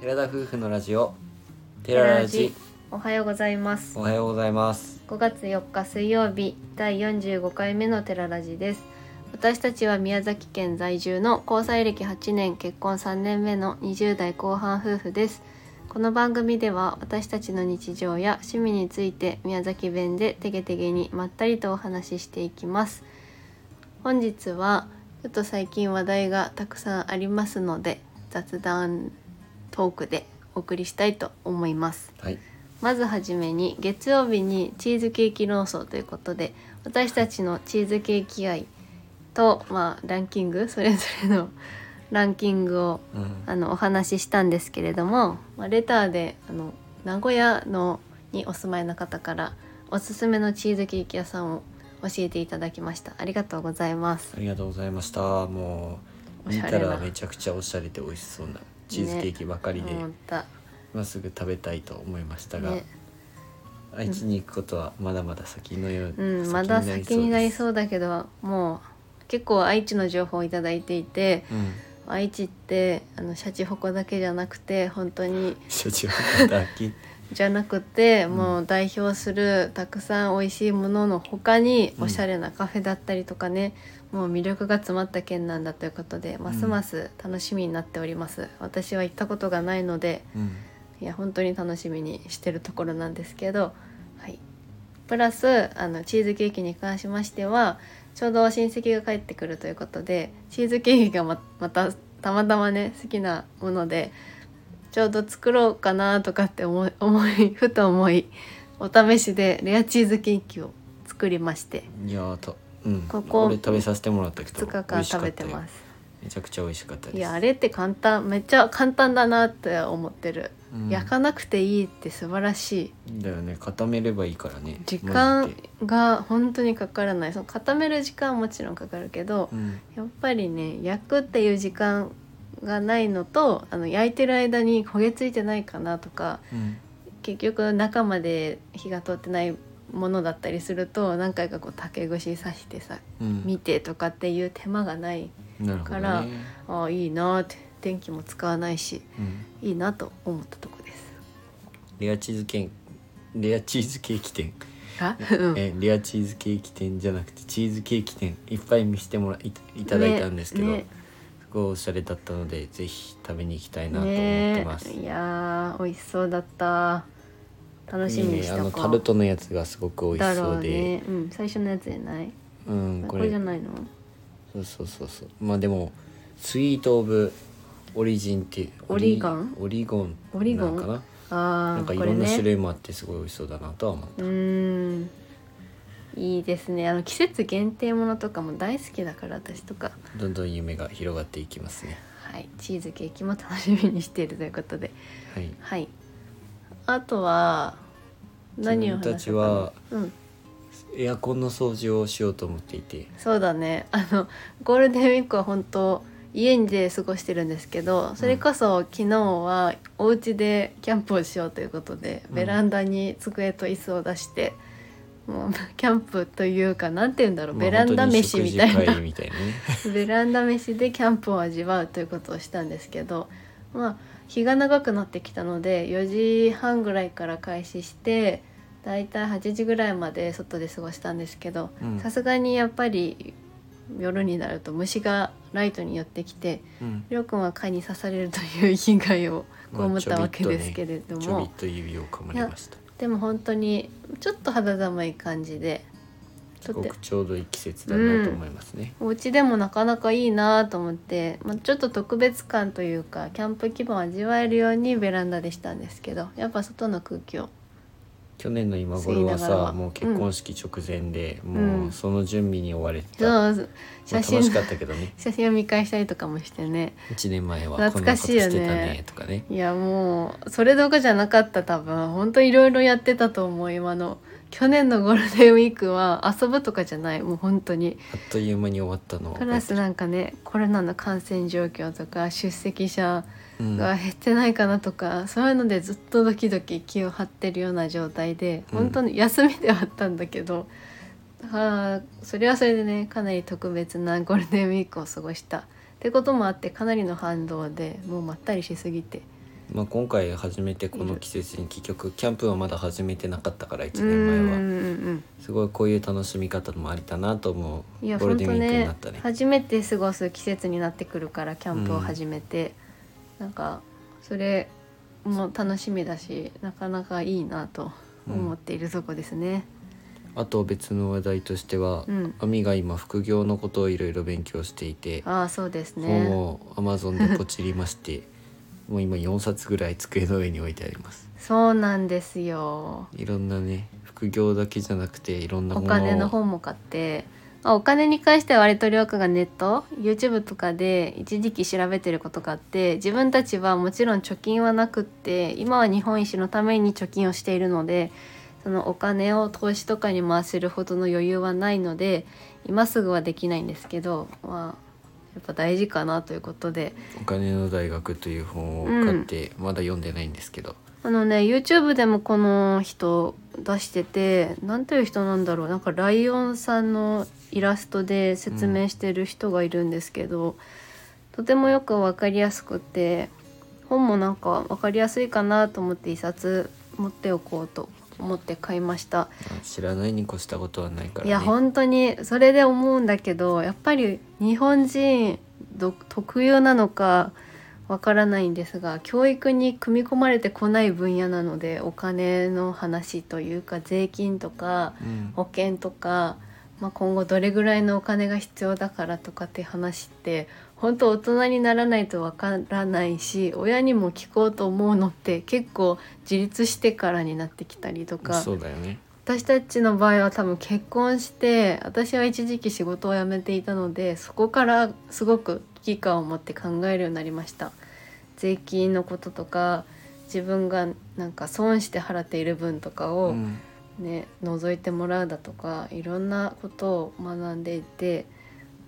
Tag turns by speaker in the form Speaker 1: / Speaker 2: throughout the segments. Speaker 1: 夫婦のラジオテ
Speaker 2: テ
Speaker 1: ラ
Speaker 2: ラ
Speaker 1: ラ
Speaker 2: ラジ
Speaker 1: ジ
Speaker 2: おはようございます
Speaker 1: おはようございます
Speaker 2: 5月4日水曜日第45回目のテララジです私たちは宮崎県在住の交際歴8年結婚3年目の20代後半夫婦ですこの番組では私たちの日常や趣味について宮崎弁でてげてげにまったりとお話ししていきます本日はちょっと最近話題がたくさんありますので雑談トークでお送りしたいと思います
Speaker 1: はい
Speaker 2: まずはじめに月曜日にチーズケーキ論争ということで私たちのチーズケーキ愛と、まあ、ランキングそれぞれのランキングを
Speaker 1: うん
Speaker 2: あのお話ししたんですけれども、まあ、レターであの名古屋のにお住まいの方からおすすめのチーズケーキ屋さんを教えていただきましたありがとうございます
Speaker 1: ありがとうございましたもう
Speaker 2: お
Speaker 1: 見
Speaker 2: しゃ
Speaker 1: た
Speaker 2: れな
Speaker 1: らめちゃくちゃおしゃれで美味しそうなチーズケーキばかりで、
Speaker 2: 思った、
Speaker 1: 今すぐ食べたいと思いましたが、
Speaker 2: ね
Speaker 1: 愛知に行くことはまだまだ先のよう、
Speaker 2: うん、まだ先になり
Speaker 1: う
Speaker 2: そうだけどもう結構愛知の情報をいただいていて
Speaker 1: ですうん
Speaker 2: 愛知ってあのシャチホコだけじゃなくて本当に
Speaker 1: 所長のだけ
Speaker 2: じゃなくて、
Speaker 1: ん
Speaker 2: もう代表するたくさん美味しいものの他に
Speaker 1: うん
Speaker 2: おしゃれなカフェだったりとかね、もう魅力が詰まった県なんだということでますます楽しみになっております、私は行ったことがないので
Speaker 1: うん
Speaker 2: いや本当に楽しみにしてるところなんですけど、はい、プラスあのチーズケーキに関しましてはちょうど親戚が帰ってくるということでチーズケーキがままたたまたまね好きなものでちょうど作ろうかなとかって思い思い ふと思いお試しでレアチーズケーキを作りまして
Speaker 1: いやーと、うん、
Speaker 2: ここ
Speaker 1: 俺食べさせてもらったけど
Speaker 2: 2日間食べ
Speaker 1: 美味しか
Speaker 2: て
Speaker 1: った
Speaker 2: ま
Speaker 1: よ
Speaker 2: す。
Speaker 1: めちゃくちゃ美味しかったです
Speaker 2: いやあれって簡単めっちゃ簡単だなって思ってる、
Speaker 1: うん
Speaker 2: 焼かなくていいって素晴らしい
Speaker 1: だよね固めればいいからね
Speaker 2: 時
Speaker 1: 混
Speaker 2: 間
Speaker 1: ぜて
Speaker 2: が本当にかからないその固める時間はもちろんかかるけど
Speaker 1: うん
Speaker 2: やっぱりね焼くっていう時間がないのとあの焼いてる間に焦げついてないかなとか
Speaker 1: うん
Speaker 2: 結局中まで火が通ってないものだったりすると何回かこう竹串刺してさ
Speaker 1: うん
Speaker 2: 見てとかっていう手間がない
Speaker 1: なるほどね
Speaker 2: からああいいなって電気も使わないし
Speaker 1: うん、
Speaker 2: いいなと思ったとこです。
Speaker 1: レアチーズケーキレアチーズケーキ店、
Speaker 2: あうん
Speaker 1: えレアチーズケーキ店じゃなくてチーズケーキ店いっぱい見せてもらいいただいたんですけど、
Speaker 2: ねね
Speaker 1: すごいおしゃれだったのでぜひ食べに行きたいなと思ってます、
Speaker 2: ねえいやー美味しそうだった楽しみにし
Speaker 1: いいねあ
Speaker 2: と
Speaker 1: の
Speaker 2: こ
Speaker 1: タルトのやつがすごく美味
Speaker 2: だ
Speaker 1: し
Speaker 2: ろ
Speaker 1: そう
Speaker 2: う
Speaker 1: で
Speaker 2: ね、うん、最初のやつじゃない
Speaker 1: うん
Speaker 2: こ
Speaker 1: こ
Speaker 2: れ
Speaker 1: れ
Speaker 2: じゃないの
Speaker 1: そうそうそうそうまあでもスイート・オブ・オリジンって
Speaker 2: オリガン
Speaker 1: オリゴン
Speaker 2: オリゴン
Speaker 1: なんかな
Speaker 2: あ
Speaker 1: なん
Speaker 2: あ
Speaker 1: かい
Speaker 2: こ
Speaker 1: ろ
Speaker 2: れ
Speaker 1: んな
Speaker 2: ね
Speaker 1: 種類もあってすごい美味しそうだなとは思う
Speaker 2: うーんいいですねあの季節限定ものとかも大好きだから私とか
Speaker 1: どんどん夢が広がっていきますね
Speaker 2: はいチーズケーキも楽しみにしているということで
Speaker 1: はい
Speaker 2: はいあとは何を話そう
Speaker 1: 自
Speaker 2: かな
Speaker 1: 分たちは
Speaker 2: うん
Speaker 1: エアコンの掃除をしようと思っていて
Speaker 2: そうだねあのゴールデンウィークは本当家で過ごしてるんですけどそれこそ昨日はお家でキャンプをしようということで、
Speaker 1: うん
Speaker 2: ベランダに机と椅子を出してもうキャンプというかなんて言うんだろう、
Speaker 1: まあ
Speaker 2: ベランダ飯みたい
Speaker 1: 本当
Speaker 2: な
Speaker 1: に食事会みたいなね
Speaker 2: ベランダ飯でキャンプを味わうということをしたんですけどまあ日が長くなってきたので4時半ぐらいから開始してだいたい8時ぐらいまで外で過ごしたんですけど
Speaker 1: うん
Speaker 2: さすがにやっぱり夜になると虫がライトに寄ってきて
Speaker 1: うん
Speaker 2: りょうくんは蚊に刺されるという被害を被ったわけですけれど
Speaker 1: ちょび
Speaker 2: も
Speaker 1: っと指を噛まれました
Speaker 2: でも本当にちょっと肌寒い感じで。
Speaker 1: す
Speaker 2: と
Speaker 1: ご
Speaker 2: て
Speaker 1: くちょうどいい季節だなと思いますね、
Speaker 2: お家でもなかなかいいなと思って、まあ、ちょっと特別感というかキャンプ気分を味わえるようにベランダでしたんですけどやっぱ外の空気を
Speaker 1: 去年の今頃は
Speaker 2: 吸いながら
Speaker 1: さ
Speaker 2: は
Speaker 1: もう結婚式直前で、
Speaker 2: ん
Speaker 1: もうその準備に追われてた、まあ、
Speaker 2: そう写
Speaker 1: 楽
Speaker 2: 真、
Speaker 1: しかったけどね
Speaker 2: 写真を見返したりとかもしてね
Speaker 1: 1年前はこん
Speaker 2: 懐
Speaker 1: な
Speaker 2: か
Speaker 1: こと
Speaker 2: しいよ
Speaker 1: して
Speaker 2: ね
Speaker 1: たねとかね
Speaker 2: いやもうそれどころじゃなかった多分本当いろいろやってたと思う今の去年のゴールデンウィークは遊ぶとかじゃないもう本当に
Speaker 1: あっという間に終わったのを
Speaker 2: プ
Speaker 1: 覚え
Speaker 2: ラ
Speaker 1: て
Speaker 2: ス
Speaker 1: る
Speaker 2: なんかねコロナの感染状況とか出席者
Speaker 1: うん
Speaker 2: が減ってないかなとか、そういうのでずっとドキドキ気を張ってるような状態で
Speaker 1: うん
Speaker 2: 本当に休みではあったんだけど、あーそれはそれでねかなり特別なゴールデンウィークを過ごしたってこともあってかなりの反動でもうまったりしすぎて
Speaker 1: まあ、今回初めてこの季節に結局キャンプはまだ始めてなかったから1
Speaker 2: うんうん
Speaker 1: 年前は
Speaker 2: うん
Speaker 1: すごいこういう楽しみ方もありだなと思う
Speaker 2: い
Speaker 1: ゴ
Speaker 2: や
Speaker 1: ー
Speaker 2: 本
Speaker 1: ルデン
Speaker 2: 当
Speaker 1: ウィークにな
Speaker 2: ね
Speaker 1: ったね
Speaker 2: 初めて過ごす季節になってくるからキャンプを始めて、なんかそれも楽しみだしなかなかいいなと思っているとこですね。
Speaker 1: あと別の話題としては、
Speaker 2: うん、
Speaker 1: アミが今副業のことをいろいろ勉強していて
Speaker 2: ああそうです
Speaker 1: 本
Speaker 2: ね。
Speaker 1: をアマゾンでポチりましてもう今4冊ぐらい机の上に置いてあります
Speaker 2: そうなんですよ。
Speaker 1: いろんなね副業だけじゃなくていろんな
Speaker 2: お
Speaker 1: ものを
Speaker 2: 金の本も買って、まあ、お金に関しては割とりょうくがネット YouTube とかで一時期調べてることがあって自分たちはもちろん貯金はなくって今は日本一のために貯金をしているのでそのお金を投資とかに回せるほどの余裕はないので今すぐはできないんですけど、まあ、やっぱ大事かなということで
Speaker 1: お金の大学という本を買って、まだ読んでないんですけど
Speaker 2: あのね YouTube でもこの人出しててなんていう人なんだろうなんかライオンさんのイラストで説明してる人がいるんですけど、とてもよく分かりやすくて本もなんか分かりやすいかなと思って一冊持っておこうと思って買いました。
Speaker 1: まあ知らないに越したことはないから、ね、
Speaker 2: いや本当にそれで思うんだけどやっぱり日本人独特有なのかわからないんですが教育に組み込まれてこない分野なのでお金の話というか税金とか
Speaker 1: うん
Speaker 2: 保険とか、まあ、今後どれぐらいのお金が必要だからとかって話って本当大人にならないとわからないし親にも聞こうと思うのって結構自立してからになってきたりとか。
Speaker 1: そうだよね
Speaker 2: 私たちの場合は多分結婚して私は一時期仕事を辞めていたのでそこからすごく危機感を持って考えるようになりました税金のこととか自分がなんか損して払っている分とか
Speaker 1: う
Speaker 2: を、
Speaker 1: ん
Speaker 2: ね覗いてもらうだとかいろんなことを学んでいて、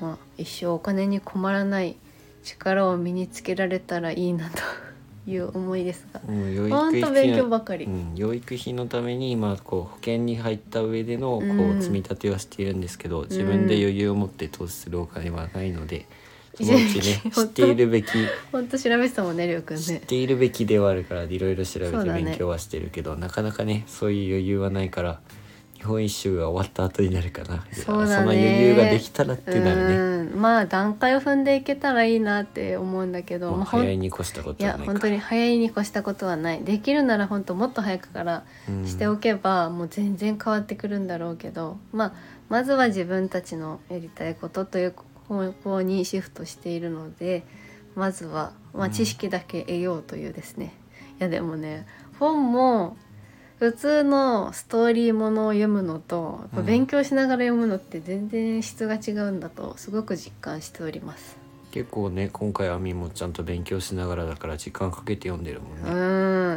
Speaker 2: まあ、一生お金に困らない力を身につけられたらいいなという思いですが
Speaker 1: うん養育
Speaker 2: ほんと
Speaker 1: 費
Speaker 2: 勉
Speaker 1: の
Speaker 2: 強ばかり。
Speaker 1: うん、養育費のために今こう保険に入った上でのこ
Speaker 2: うん
Speaker 1: う積み立てはしているんですけど、自分で余裕を持って投資するお金はないので、
Speaker 2: うん
Speaker 1: そのうちね知
Speaker 2: 本当
Speaker 1: っているべき
Speaker 2: ほんと調べてたもんねりょうくんね
Speaker 1: 知っているべきではあるからいろいろ調べて
Speaker 2: そうだね
Speaker 1: 勉強はしてるけど、なかなかねそういう余裕はないから日本一周が終わった後になるかな
Speaker 2: そうだ
Speaker 1: い
Speaker 2: ね
Speaker 1: やその余裕ができたらってなるね、
Speaker 2: うんまあ段階を踏んでいけたらいいなって思うんだけど、
Speaker 1: もう
Speaker 2: まあほん
Speaker 1: 早いに越したこ
Speaker 2: い
Speaker 1: とは
Speaker 2: や
Speaker 1: ない
Speaker 2: 本当に早いに越したことはないできるなら本当もっと早くから
Speaker 1: うん
Speaker 2: しておけば、もう全然変わってくるんだろうけど、まあ、まずは自分たちのやりたいことという方向にシフトしているのでまずは、まあ、
Speaker 1: うん
Speaker 2: 知識だけ得ようというですね、いやでもね本も普通のストーリーものを読むのとやっぱ
Speaker 1: うん
Speaker 2: 勉強しながら読むのって全然質が違うんだとすごく実感しております。
Speaker 1: 結構ね今回アミもちゃんと勉強しながらだから時間かけて読んでるもん
Speaker 2: う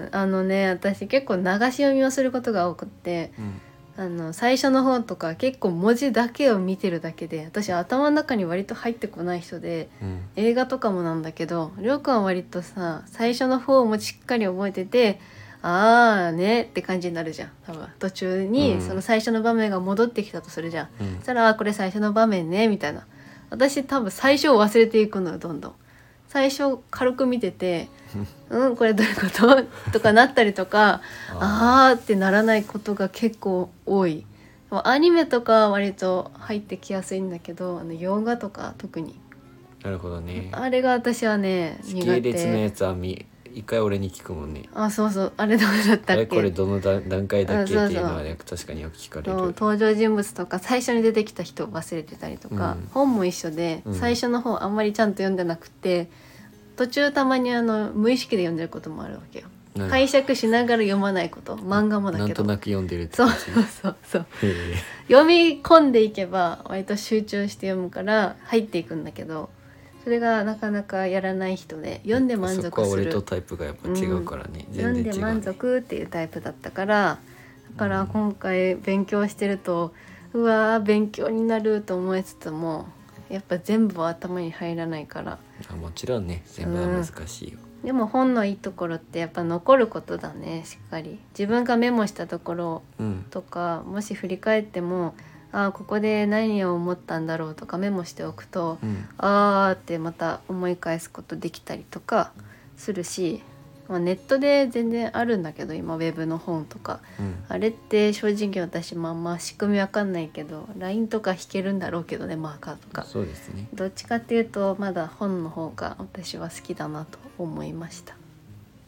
Speaker 1: ね、
Speaker 2: んあのね私結構流し読みをすることが多くって
Speaker 1: うん
Speaker 2: あの最初の方とか結構文字だけを見てるだけで私頭の中に割と入ってこない人で
Speaker 1: うん
Speaker 2: 映画とかもなんだけどりょうくんは割とさ最初の方もしっかり覚えててああねって感じになるじゃん多分途中
Speaker 1: う
Speaker 2: に
Speaker 1: ん
Speaker 2: その最初の場面が戻ってきたとするじゃん、
Speaker 1: うん
Speaker 2: そしたらあこれ最初の場面ねみたいな私多分最初を忘れていくのよどんどん最初軽く見 てて「うんこれどういうこと? 」とかなったり とかあーってならないことが結構多いでもアニメとかは割と入ってきやすいんだけどあの洋画とか特に
Speaker 1: なるほどね
Speaker 2: あれが私はね
Speaker 1: 時系
Speaker 2: 苦
Speaker 1: 列のや
Speaker 2: 手
Speaker 1: つはみ一回俺に聞くもんね
Speaker 2: あそうそうあれどうだった
Speaker 1: あ
Speaker 2: っけ
Speaker 1: れこれどの段段階だっけ
Speaker 2: うんそうそう
Speaker 1: っていうのはね確かによく聞かれ
Speaker 2: そう
Speaker 1: る
Speaker 2: 登場人物とか最初に出てきた人を忘れてたりとか、
Speaker 1: うん
Speaker 2: 本も一緒で
Speaker 1: うん
Speaker 2: 最初の方あんまりちゃんと読んでなくて途中たまにあの無意識で読んでることもあるわけよ
Speaker 1: なんか
Speaker 2: 解釈しながら読まないこと漫画もだ
Speaker 1: なん
Speaker 2: け
Speaker 1: と
Speaker 2: ど
Speaker 1: なく読んでるって
Speaker 2: そう
Speaker 1: 感じ
Speaker 2: そうそうそう
Speaker 1: へえ
Speaker 2: 読み込んでいけば割と集中して読むから入っていくんだけどそれがなかなかやらない人で読んで満
Speaker 1: そこは
Speaker 2: 足す
Speaker 1: 俺
Speaker 2: る
Speaker 1: とタイプがやっぱ違うからね、
Speaker 2: 読ん
Speaker 1: 全
Speaker 2: で
Speaker 1: 然違う、ね、
Speaker 2: 満足っていうタイプだったからだか
Speaker 1: う
Speaker 2: ら
Speaker 1: ん
Speaker 2: 今回勉強してるとうわー勉強になると思いつつもやっぱ全部は頭に入らないから
Speaker 1: あもちろんね全部は難しいよ、
Speaker 2: でも本のいいところってやっぱ残ることだねしっかり自分がメモしたところ
Speaker 1: うん
Speaker 2: とかもし振り返ってもあーここで何を思ったんだろうとかメモしておくと
Speaker 1: うん
Speaker 2: あーってまた思い返すことできたりとかするしまあ、ネットで全然あるんだけど今ウェブの本とか
Speaker 1: うん
Speaker 2: あれって正直私まあまあ仕組みわかんないけど LINE とか弾けるんだろうけどねマーカーとか
Speaker 1: そうですね
Speaker 2: どっちかっていうとまだ本の方が私は好きだなと思いました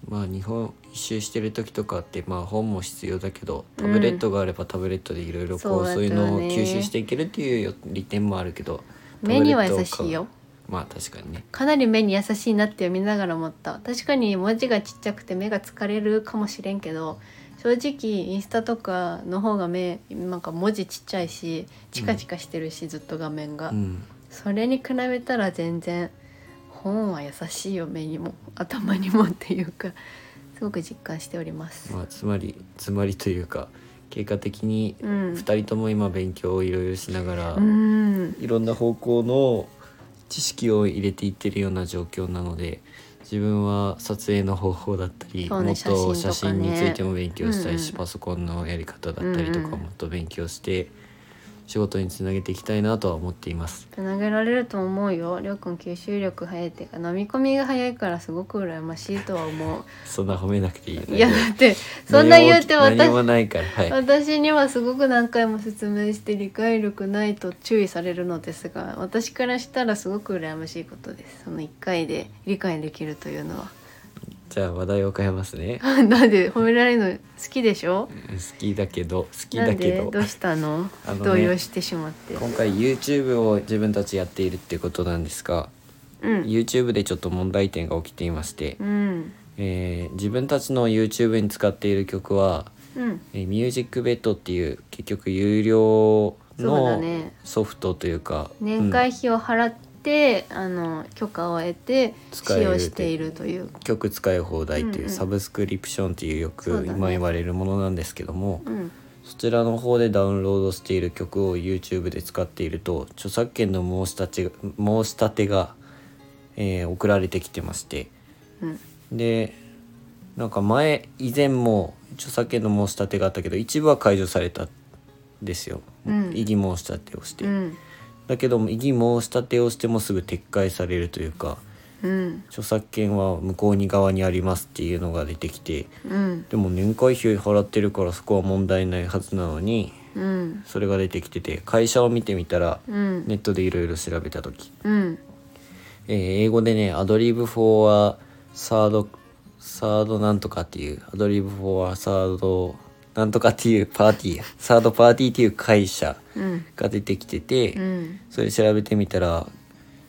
Speaker 1: まあ日本一周してる時とかってまあ本も必要だけどタブレットがあればタブレットでいろいろこ
Speaker 2: そう
Speaker 1: う
Speaker 2: だ
Speaker 1: そういうのを
Speaker 2: よね
Speaker 1: 吸収していけるっていう利点もあるけど
Speaker 2: 目には
Speaker 1: タブレット
Speaker 2: 優
Speaker 1: を
Speaker 2: し
Speaker 1: 買う
Speaker 2: いよ
Speaker 1: まあ確かにね
Speaker 2: かなり目に優しいなって読みながら思った確かに文字がちっちゃくて目が疲れるかもしれんけど正直インスタとかの方が目なんか文字ちっちゃいしチカチカしてるし、ずっと画面が、
Speaker 1: うん
Speaker 2: それに比べたら全然本は優しいよ目にも頭にもっていうか すごく実感しております、
Speaker 1: まあつまりつまりというか結果的に
Speaker 2: うん
Speaker 1: 2人とも今勉強をいろいろしながら、
Speaker 2: うん
Speaker 1: いろんな方向の知識を入れていってるような状況なので自分は撮影の方法だったり、
Speaker 2: そうね
Speaker 1: もっと写
Speaker 2: 写真とか
Speaker 1: 真
Speaker 2: ね
Speaker 1: についても勉強したいし、
Speaker 2: うんうん
Speaker 1: パソコンのやり方だったりと
Speaker 2: うん
Speaker 1: か
Speaker 2: うん
Speaker 1: もっと勉強して仕事につなげていきたいなとは思っています。
Speaker 2: つなげられると思うよりょうくん吸収力早いっていうか飲み込みが早いからすごく羨ましいとは思う
Speaker 1: そんな褒めなくていいよね。
Speaker 2: いやだってそんな言うて
Speaker 1: 何も何も
Speaker 2: 私
Speaker 1: ないから、はい、
Speaker 2: 私にはすごく何回も説明して理解力ないと注意されるのですが私からしたらすごく羨ましいことですその1回で理解できるというのは
Speaker 1: じゃあ話題を変えますね。
Speaker 2: なんで褒められるの好きでしょ
Speaker 1: 好きだけど好き
Speaker 2: な
Speaker 1: だ
Speaker 2: ん
Speaker 1: け
Speaker 2: で
Speaker 1: ど
Speaker 2: どうしたの
Speaker 1: あのね
Speaker 2: 動揺してしまって
Speaker 1: 今回 YouTube を自分たちやっているっていうことなんですが、
Speaker 2: うん
Speaker 1: YouTube でちょっと問題点が起きていまして、
Speaker 2: うん
Speaker 1: えー自分たちの YouTube に使っている曲は、
Speaker 2: うん
Speaker 1: えー、ミュージックベッドっていう結局有料
Speaker 2: そうだ
Speaker 1: の
Speaker 2: ね
Speaker 1: ソフトというか
Speaker 2: 年会費を払って、あの許可を得て
Speaker 1: 使
Speaker 2: 使
Speaker 1: える
Speaker 2: 用しているという
Speaker 1: うん曲使い放題と
Speaker 2: うん
Speaker 1: いううんサブスクリプションっていうよ
Speaker 2: そう
Speaker 1: く
Speaker 2: だね
Speaker 1: 今言われるものなんですけどもそ,、
Speaker 2: うん
Speaker 1: ちらの方でダウンロードしている曲を YouTube で使っていると著作権の申し立て申し立てが、えー送られてきてまして
Speaker 2: うん
Speaker 1: でなんか前以前も著作権の申し立てがあったけど一部は解除されたんですよ、
Speaker 2: うん
Speaker 1: 異議申し立てをして、
Speaker 2: うん
Speaker 1: だけども異議申し立てをしてもすぐ撤回されるというか
Speaker 2: うん
Speaker 1: 著作権は向こうに側にありますっていうのが出てきて
Speaker 2: うん
Speaker 1: でも年会費払ってるからそこは問題ないはずなのに
Speaker 2: うん
Speaker 1: それが出てきてて会社を見てみたら
Speaker 2: うん
Speaker 1: ネットでいろいろ調べた時
Speaker 2: うん
Speaker 1: えー英語でね「アドリブ・フォー・ア・サード・サードなんとか」っていう「アドリブ・フォー・ア・サードなんとか」っていうパーティーサードパーティーっていう会社
Speaker 2: うん
Speaker 1: が出てきてて、
Speaker 2: うん
Speaker 1: それ調べてみたら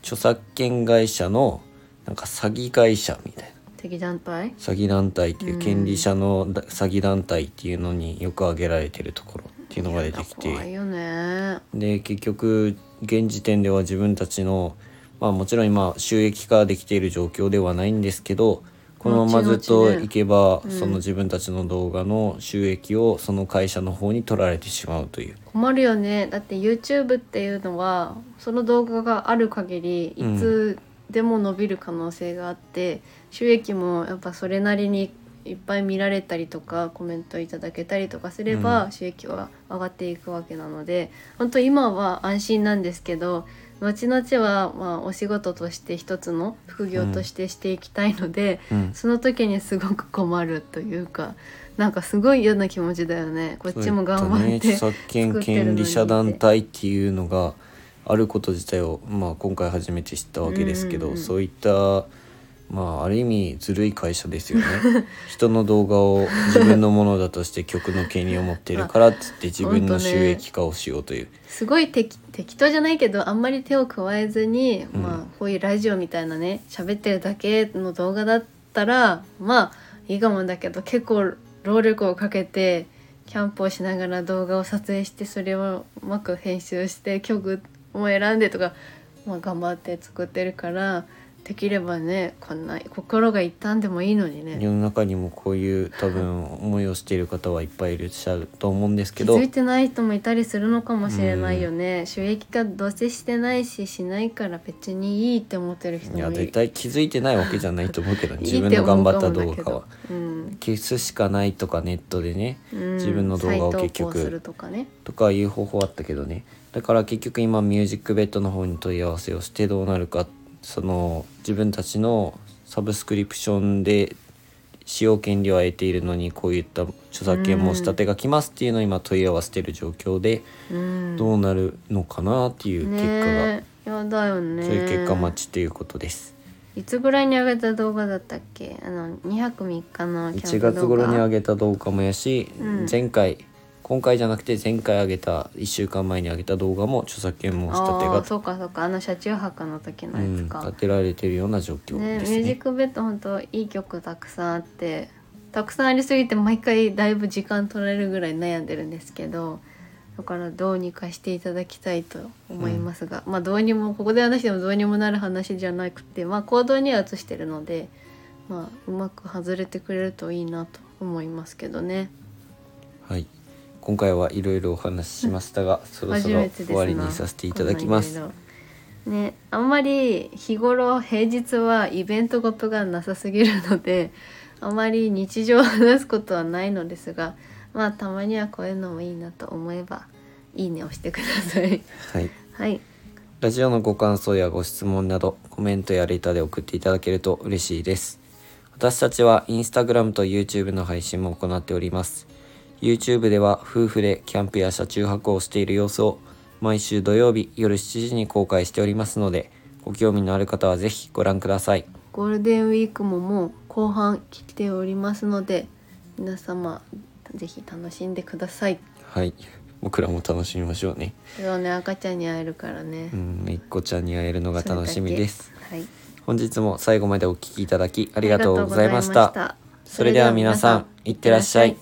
Speaker 1: 著作権会社のなんか詐欺会社みたいな
Speaker 2: 敵団体
Speaker 1: 詐欺団体っていううん権利者のだ詐欺団体っていうのによく挙げられてるところっていうのが出てきて。
Speaker 2: 怖いよね
Speaker 1: で結局現時点では自分たちのまあもちろん今収益化できている状況ではないんですけどこのままずっ
Speaker 2: 後
Speaker 1: と
Speaker 2: 々ね
Speaker 1: いけば、
Speaker 2: うん
Speaker 1: その自分たちの動画の収益をその会社の方に取られてしまうという
Speaker 2: 困るよねだって YouTube っていうのはその動画がある限りい
Speaker 1: うん
Speaker 2: つでも伸びる可能性があって、収益もやっぱそれなりにいっぱい見られたりとかコメントいただけたりとかすれ
Speaker 1: う
Speaker 2: ば収益は上がっていくわけなので、本当今は安心なんですけど後々はまあお仕事として一つの副業としてしていきたいので、
Speaker 1: うん
Speaker 2: その時にすごく困るというかなんかすごい嫌な気持ちだよねこっちも頑張って
Speaker 1: そういったね著作権権利者団体っていうのがあること自体を、まあ、今回初めて知ったわけですけど、
Speaker 2: うんうんうん
Speaker 1: そういった、まあ、ある意味ずるい会社ですよね 人の動画を自分のものだとして曲の権利を持っているからっつって自分の収益化をしようという、
Speaker 2: すごい適適当じゃないけどあんまり手を加えずに、
Speaker 1: うん
Speaker 2: まあこういうラジオみたいなね喋ってるだけの動画だったらまあいいかもだけど結構労力をかけてキャンプをしながら動画を撮影してそれをうまく編集して曲も選んでとか、まあ、頑張って作ってるからできればねこんな心が痛んでもいいのにね
Speaker 1: 世の中にもこういう多分思いをしている方はいっぱいいらっしゃると思うんです
Speaker 2: 気
Speaker 1: けど
Speaker 2: づいてない人もいたりするのかもしれないよね、収益化どうせしてないししないから別にいいって思ってる人
Speaker 1: いや
Speaker 2: もい
Speaker 1: 絶
Speaker 2: る
Speaker 1: 対気づいてないわけじゃないと思うけど
Speaker 2: い
Speaker 1: 自
Speaker 2: い
Speaker 1: 分
Speaker 2: って
Speaker 1: の
Speaker 2: 思
Speaker 1: 頑
Speaker 2: うか
Speaker 1: 張っ
Speaker 2: も
Speaker 1: た
Speaker 2: だ
Speaker 1: 動
Speaker 2: け
Speaker 1: 画
Speaker 2: ど
Speaker 1: は。
Speaker 2: うん
Speaker 1: 消すしかないとかネットでね
Speaker 2: うん
Speaker 1: 自分の動画を結局
Speaker 2: 再投稿するとかね
Speaker 1: とかいう方法あったけどねだから結局今ミュージックベッドの方に問い合わせをしてどうなるかその自分たちのサブスクリプションで使用権利は得ているのにこういった著作権申し立てが来ますっていうのを今問い合わせてる状況で
Speaker 2: うん
Speaker 1: どうなるのかなっていう結果が、
Speaker 2: ねえやだよね
Speaker 1: そういう結果待ちということです。
Speaker 2: いつぐらいに上げた動画だったっけあの2泊3日のキ
Speaker 1: 1
Speaker 2: ャンプ動画
Speaker 1: 月頃に上げた動画もやし、
Speaker 2: うん
Speaker 1: 前回今回じゃなくて前回上げた1週間前に上げた動画も著作権申し立て
Speaker 2: ああ
Speaker 1: が
Speaker 2: そうかそうかあの車中泊の時のや
Speaker 1: う
Speaker 2: つ
Speaker 1: ん、
Speaker 2: か、
Speaker 1: 当てられてるような状況
Speaker 2: ね
Speaker 1: です
Speaker 2: ミュージ
Speaker 1: ね
Speaker 2: ッ。クベッド本当いい曲たくさんあってたくさんありすぎて毎回だいぶ時間取られるぐらい悩んでるんですけどだからどうにかしていただきたいと思いますが、まあどうにもここで話してもどうにもなる話じゃなくてまあ行動には移してるので、まあ、うまく外れてくれるといいなと思いますけどね。
Speaker 1: はい。今回はいろいろお話ししましたが、そろそ
Speaker 2: 初
Speaker 1: ろ
Speaker 2: めてです
Speaker 1: 終
Speaker 2: な
Speaker 1: わりにさせていただきます。
Speaker 2: こんな色々ね、あんまり日頃平日はイベントごとがなさすぎるので あまり日常を話すことはないのですがまあたまにはこういうのもいいなと思えば「いいね」をしてくださ い。
Speaker 1: はい。
Speaker 2: はい、
Speaker 1: ラジオのご感想やご質問など、コメントやレターで送っていただけると嬉しいです。私たちはインスタグラムと YouTube の配信も行っております。YouTube では夫婦でキャンプや車中泊をしている様子を毎週土曜日夜7時に公開しておりますので、ご興味のある方はぜひご覧ください。
Speaker 2: ゴールデンウィークももう後半来ておりますので皆様ぜひ楽しんでください。
Speaker 1: はい。僕らも楽しみましょうね。
Speaker 2: それはね赤ちゃんに会えるからね。
Speaker 1: うん、めっこちゃんに会えるのが楽しみです。
Speaker 2: はい
Speaker 1: 本日も最後までお聞きいただきあ
Speaker 2: あ
Speaker 1: りがとうございました。それでは皆さん、いってらっしゃい。